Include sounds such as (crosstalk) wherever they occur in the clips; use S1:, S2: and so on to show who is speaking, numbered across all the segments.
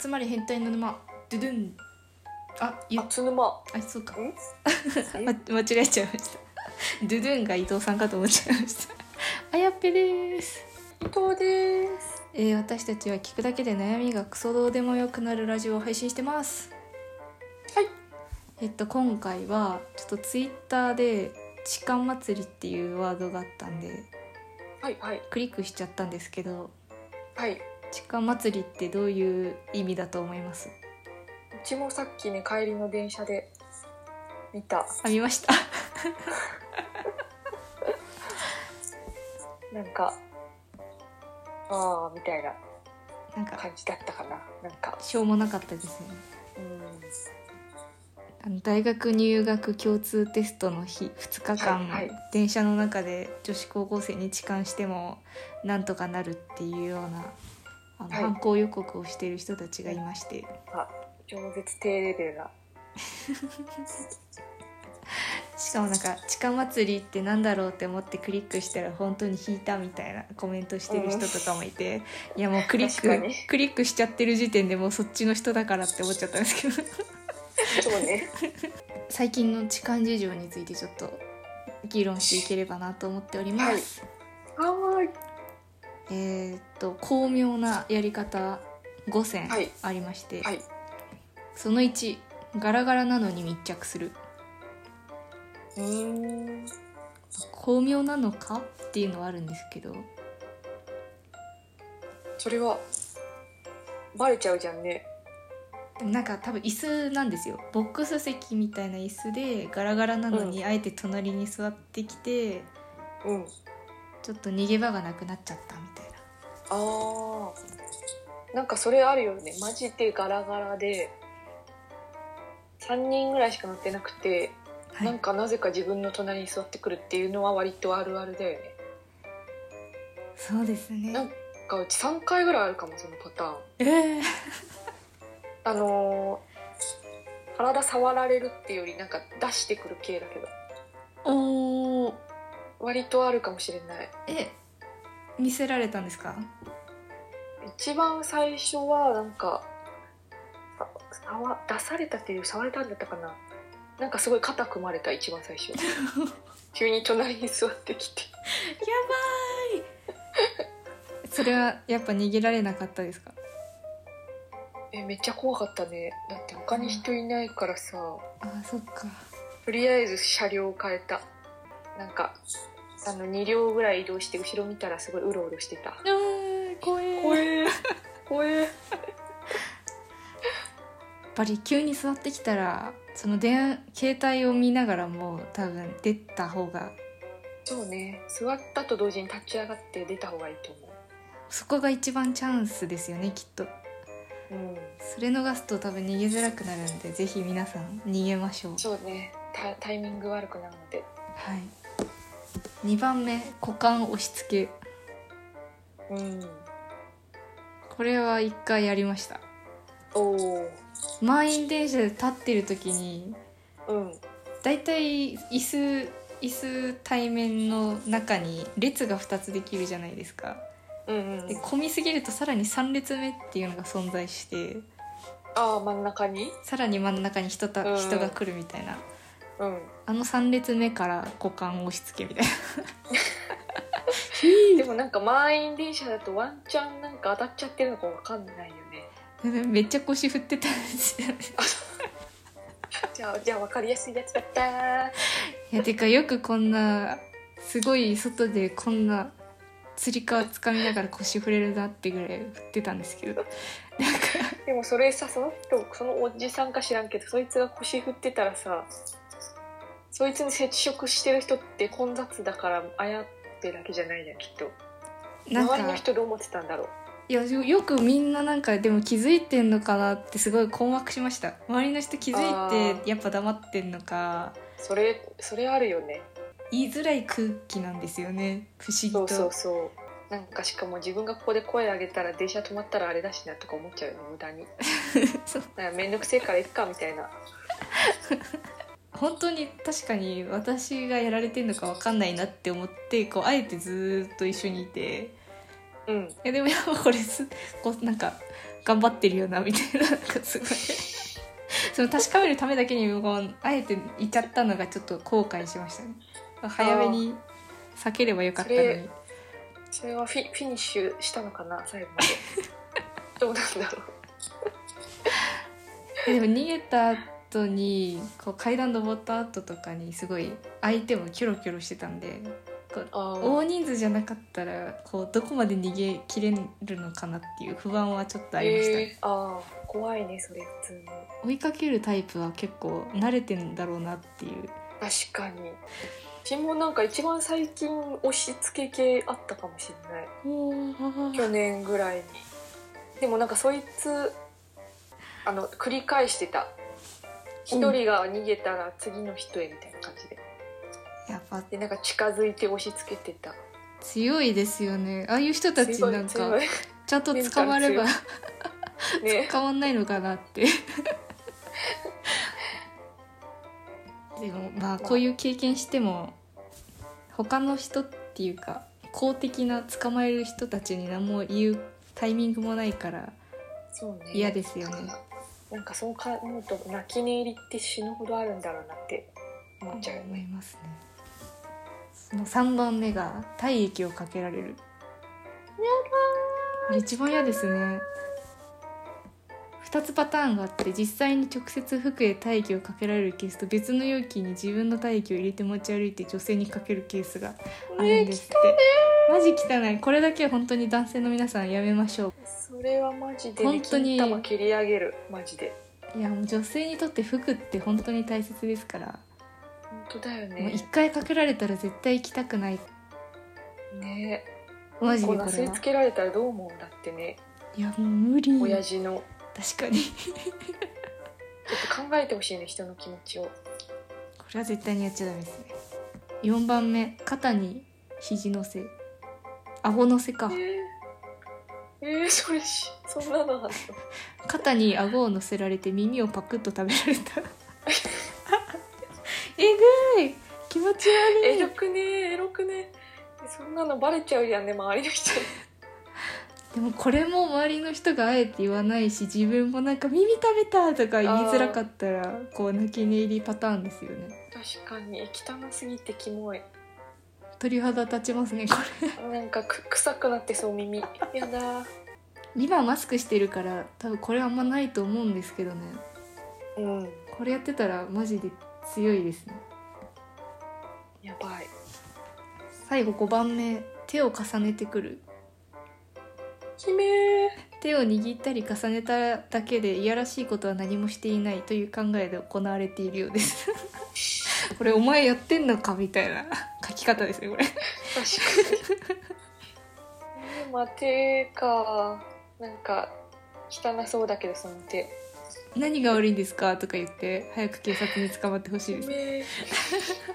S1: 集まり変態の沼ドゥドゥンあゆ
S2: あつぬま
S1: あそうか
S2: ん
S1: ま間違えちゃいました (laughs) ドゥドゥンが伊藤さんかと思っちゃいました (laughs) あやっぺです
S2: 本当です
S1: えー私たちは聞くだけで悩みがクソどうでもよくなるラジオを配信してます
S2: はい
S1: えっと今回はちょっとツイッターで「痴漢祭り」っていうワードがあったんで
S2: はいはい
S1: クリックしちゃったんですけど
S2: はいう
S1: 痴漢祭りってどういう意味だと思います
S2: ちもさっきね帰りの電車で見た
S1: あ見ました (laughs)
S2: なんかああみたいな
S1: なんか
S2: 感じだったかななんか
S1: しょうもなかったですね
S2: うん
S1: あの大学入学共通テストの日2日間、
S2: はいはい
S1: 電車の中で女子高校生に痴漢してもなんとかなるっていうようなあの、
S2: はい
S1: 犯行予告をしている人たちがいまして
S2: 超絶低レベルな
S1: しかもなんか「痴漢祭りってなんだろう?」って思ってクリックしたら本当に引いたみたいなコメントしてる人とかもいて、いやもうクリッ
S2: 確か
S1: ク
S2: に
S1: クリックしちゃってる時点でもうそっちの人だからって思っちゃったんですけど
S2: そう (laughs) ね
S1: (laughs) 最近の痴漢事情についてちょっと議論していければなと思っております。
S2: はいはーい
S1: えーっと巧妙なやり方5選
S2: はい
S1: ありまして、
S2: はい
S1: その1ガラガラなのに密着する
S2: うーん
S1: 巧妙なのかっていうのはあるんですけど
S2: それはバレちゃうじゃんね
S1: でもなんか多分椅子なんですよボックス席みたいな椅子でガラガラなのにあえて隣に座ってきて、
S2: うん
S1: ちょっと逃げ場がなくなっちゃったみたいな
S2: あーなんかそれあるよねマジでガラガラで3人ぐらいしか乗ってなくて、
S1: はい
S2: なんかなぜか自分の隣に座ってくるっていうのは割とあるあるだよね
S1: そうですね
S2: なんなんかうち3回ぐらいあるかもそのパターン
S1: えー、
S2: あのー体触られるっていうよりなんか出してくる系だけど
S1: おー
S2: 割とあるかもしれない
S1: え見せられたんですか
S2: 一番最初はなんかさ触出されたっていうより触れたんだったかななんかすごい肩組まれた一番最
S1: (laughs)
S2: 初急に隣に座ってきて
S1: やばいそれはやっぱ逃げられなかったですか
S2: えめっちゃ怖かったねだって他に人いないからさ
S1: あそっか
S2: とりあえず車両を変えたなんかあの2両ぐらい移動して後ろ見たらすごいうろうろしてた
S1: あー怖え
S2: 怖
S1: やっ
S2: え怖え
S1: ぱり急に座ってきたらその電携帯を見ながらもう多分出た方が
S2: そうね座ったと同時に立ち上がって出た方がいいと思
S1: そこが一番チャンスですよねきっと
S2: ううん
S1: それ逃すと多分逃げづらくなるんでぜひ皆さん逃げましょう
S2: そうねタタイミング悪くなるので
S1: はい2番目股間押し付け
S2: うん
S1: これは1回やりました
S2: おお
S1: 満員電車で立ってる時に
S2: うん
S1: 大体椅子椅子対面の中に列が2つできるじゃないですか
S2: うんう
S1: で
S2: ん
S1: 混みすぎるとさらに3列目っていうのが存在して
S2: ああ真ん中に
S1: さらに真ん中に人た
S2: うん
S1: 人が来るみたいな
S2: うん
S1: あの3列目から股間押し付けみたいな
S2: でもなんか満員電車だとワンチャンなんか当たっちゃってるのかわかんないよね
S1: (laughs) めっちゃ腰振ってたんです
S2: (laughs)
S1: よね
S2: じゃあじゃあ分かりやすいやつだったー
S1: いやてかよくこんなすごい外でこんなつり革つかみながら腰振れるなってぐらい振ってたんですけど
S2: でもそれさその人そのおじさんか知らんけどそいつが腰振ってたらさそいつに接触してる人って混雑だからあやってるだけじゃないじゃんきっと
S1: なん
S2: 周りの
S1: か
S2: 人どう思ってたんだろう
S1: いやよよくみんななんかでも気づいてんのかなってすごい困惑しました周りの人気
S2: あ
S1: づい
S2: ー
S1: てやっぱ黙ってんのか
S2: それそれあるよね
S1: 言いづらい空気なんですよね不思議
S2: そ
S1: と
S2: うそうそうなんかしかも自分がここで声上げたら電車止まったらあれだしなとか思っちゃうよね無駄に
S1: (laughs) そう
S2: なんか面倒くせえからいっかみたいな
S1: 本当に確かに私がやられてんのか分かんないなって思ってこうあえてずーっと一緒にいて
S2: うん
S1: いやでもやっぱこれすこうなんか頑張ってるよなみたいななんかすごい (laughs) その確かめるためだけに僕はあえて行っちゃったのがちょっと後悔しましたね早めに避ければよかったの
S2: それ
S1: に
S2: それはフィフィニッシュしたのかな最後まで
S1: (laughs)
S2: どうなんだろう
S1: えでも逃げた後にこう階段登った後とかにすごい相手もキョロキョロしてたんで
S2: あ
S1: 大
S2: ー
S1: 人数じゃなかったらこうどこまで逃げ切れるのかなっていう不安はちょっとありました、
S2: えーあー怖いねそれ普通に
S1: 追いかけるタイプは結構慣れてんだろうなっていう
S2: 確かに私もなんか一番最近押し付け系あったかもしれない去年ぐらいにでもなんかそいつあの繰り返してた一人が逃げたら次の人へみたいな感じで
S1: やっぱ
S2: でなんか近づいて押し付けてた
S1: 強いですよねああいう人たち
S2: 強い
S1: なんか (laughs)
S2: 強い
S1: ちゃんと捕まれば
S2: メンね
S1: 変わんないのかなって (laughs) でもまあこういう経験しても他の人っていうか公的な捕まえる人たちに何も言うタイミングもないから
S2: そうね
S1: 嫌ですよね
S2: なんかそうか思うと泣き寝入りって死ぬほどあるんだろうなって思っちゃうよ
S1: 思い
S2: ね、
S1: ますねその3番目が体液をかけられるあれ一番嫌ですね2つパターンがあって実際に直接服へ体液をかけられるケースと別の容器に自分の体液を入れて持ち歩いて女性にかけるケースがあるんですって、マジ汚いこれだけは本当に男性の皆さんやめましょ
S2: それはマジで、
S1: 本当に
S2: 金玉切り上げるマジで
S1: ういやもう女性にとって服って本当に大切ですから、
S2: 本当だよ
S1: もう一
S2: ね
S1: 回かけられたら絶対行きたくない
S2: ね
S1: マジで
S2: こ
S1: これ
S2: うなすり
S1: は
S2: つけられたらどう思うんだってね
S1: いやもう無理
S2: 親父の
S1: 確かに
S2: ちょっと考えてほしいね人の気持ち
S1: (laughs)
S2: を
S1: これは絶対にやっちゃダメですね4番目肩に肘のせ顎のせか
S2: えーえー、それしそんなのあった
S1: 肩に顎を乗せられて耳をパクッと食べられ (laughs) たえぐい気持ち悪
S2: エ
S1: い
S2: ロくねエロくねそんなのバレちゃうやんね周りの人に
S1: でもこれも周りの人があえて言わないし自分もなんか耳食べたとか言いづらかったらこう泣き寝入りパターンですよね
S2: 確かに汚すぎてキモい
S1: 鳥肌立ちますねこれ
S2: なんかく臭くなってそう耳やだ
S1: 今マスクしてるから多分これあんまないと思うんですけどね
S2: うん
S1: これやってたらマジで強いですね
S2: やばい
S1: 最後5番目手を重ねてくる
S2: 姫
S1: 手を握ったり重ねただけでいやらしいことは何もしていないという考えで行われているようです (laughs) これお前やってんのかみたいな書き方ですねこれ
S2: 確かにえーまあ手かなんか汚そうだけどその手
S1: (laughs) 何が悪いんですかとか言って早く警察に捕まってほしいです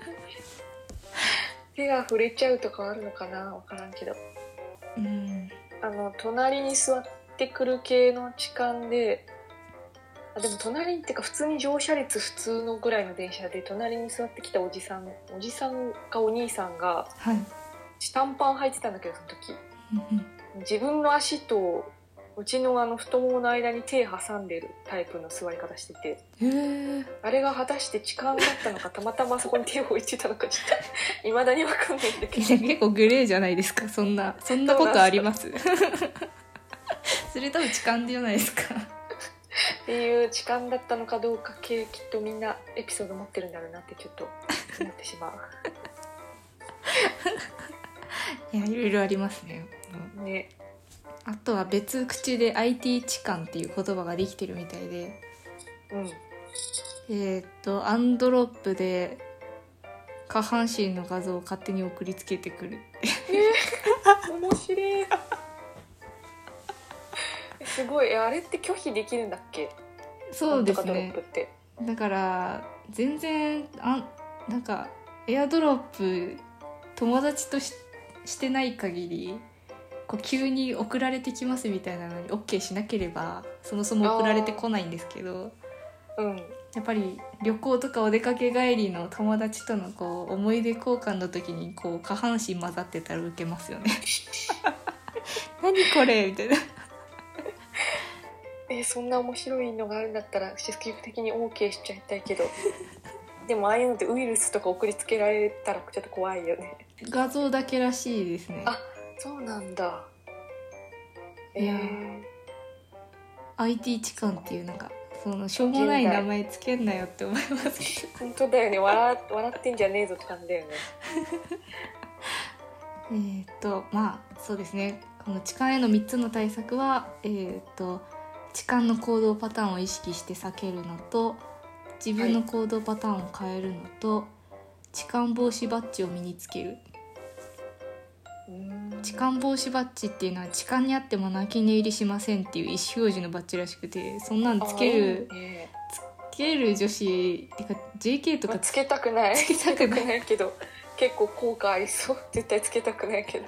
S2: 姫手が触れちゃうとかあるのかな分からんけど
S1: うん
S2: あの隣に座ってくる系の痴漢であでも隣にってか普通に乗車率普通のぐらいの電車で隣に座ってきたおじさんおじさんかお兄さんが
S1: はい
S2: 短パン履いてたんだけどその時
S1: うんうん
S2: 自分の足とうちのあの太ももの間に手挟んでるタイプの座り方してて
S1: へえ
S2: あれが果たして痴漢だったのかたまたまそこに手を置いてたのかちょっと (laughs) いまだに分かんないんだけど
S1: 結構グレーじゃないですかそんなそんなことあります (laughs) それ多分痴漢じゃないですか
S2: っていう痴漢だったのかどうか系きっとみんなエピソード持ってるんだろうなってちょっと思ってしま
S1: いやいろいろありますね、
S2: う (laughs) ね
S1: あとは別口で IT 痴漢っていう言葉ができてるみたいで
S2: うん
S1: えーっとアンドロップで下半身の画像を勝手に送りつけてくる
S2: 面白い (laughs) すごいえあれって拒否できるんだっけ
S1: そうで
S2: な
S1: す
S2: んとかドロッ
S1: ね
S2: プって
S1: だから全然あんなんかエアドロップ友達とししてない限りこう急に送られてきますみたいなのに OK しなければそもそも送られてこないんですけど
S2: うん
S1: (laughs) やっぱり旅行とかお出かけ帰りの友達とのこう思い出交換の時にこう下半身混ざってたらウ (laughs) ケますよね何これみたいな
S2: えーそんな面白いのがあるんだったら積極的に OK しちゃいたいけ (laughs) どでもああいうのってウイルスとか送りつけられたらちょっと怖いよね
S1: 画像だけらしいですね
S2: あそうなんだえ
S1: いや
S2: ー
S1: IT 痴漢っていうなんかそのしょうもない名前つけんなよって思いますけ
S2: 本当だよね笑笑ってんじゃねえぞって感じだよね
S1: ど (laughs) えっとまあそうですねこの痴漢への3つの対策はえーっと痴漢の行動パターンを意識して避けるのと自分の行動パターンを変えるのと、痴漢防止バッジを身につける痴漢防止バッジっていうのは痴漢にあっても泣き寝入りしませんっていう意思表示のバッジらしくてそんなんつける
S2: あーいいね
S1: つける女子ってか JK と
S2: まあ
S1: か
S2: つけたくない
S1: つけたくない
S2: けど結構効果ありそう絶対つけたくないけど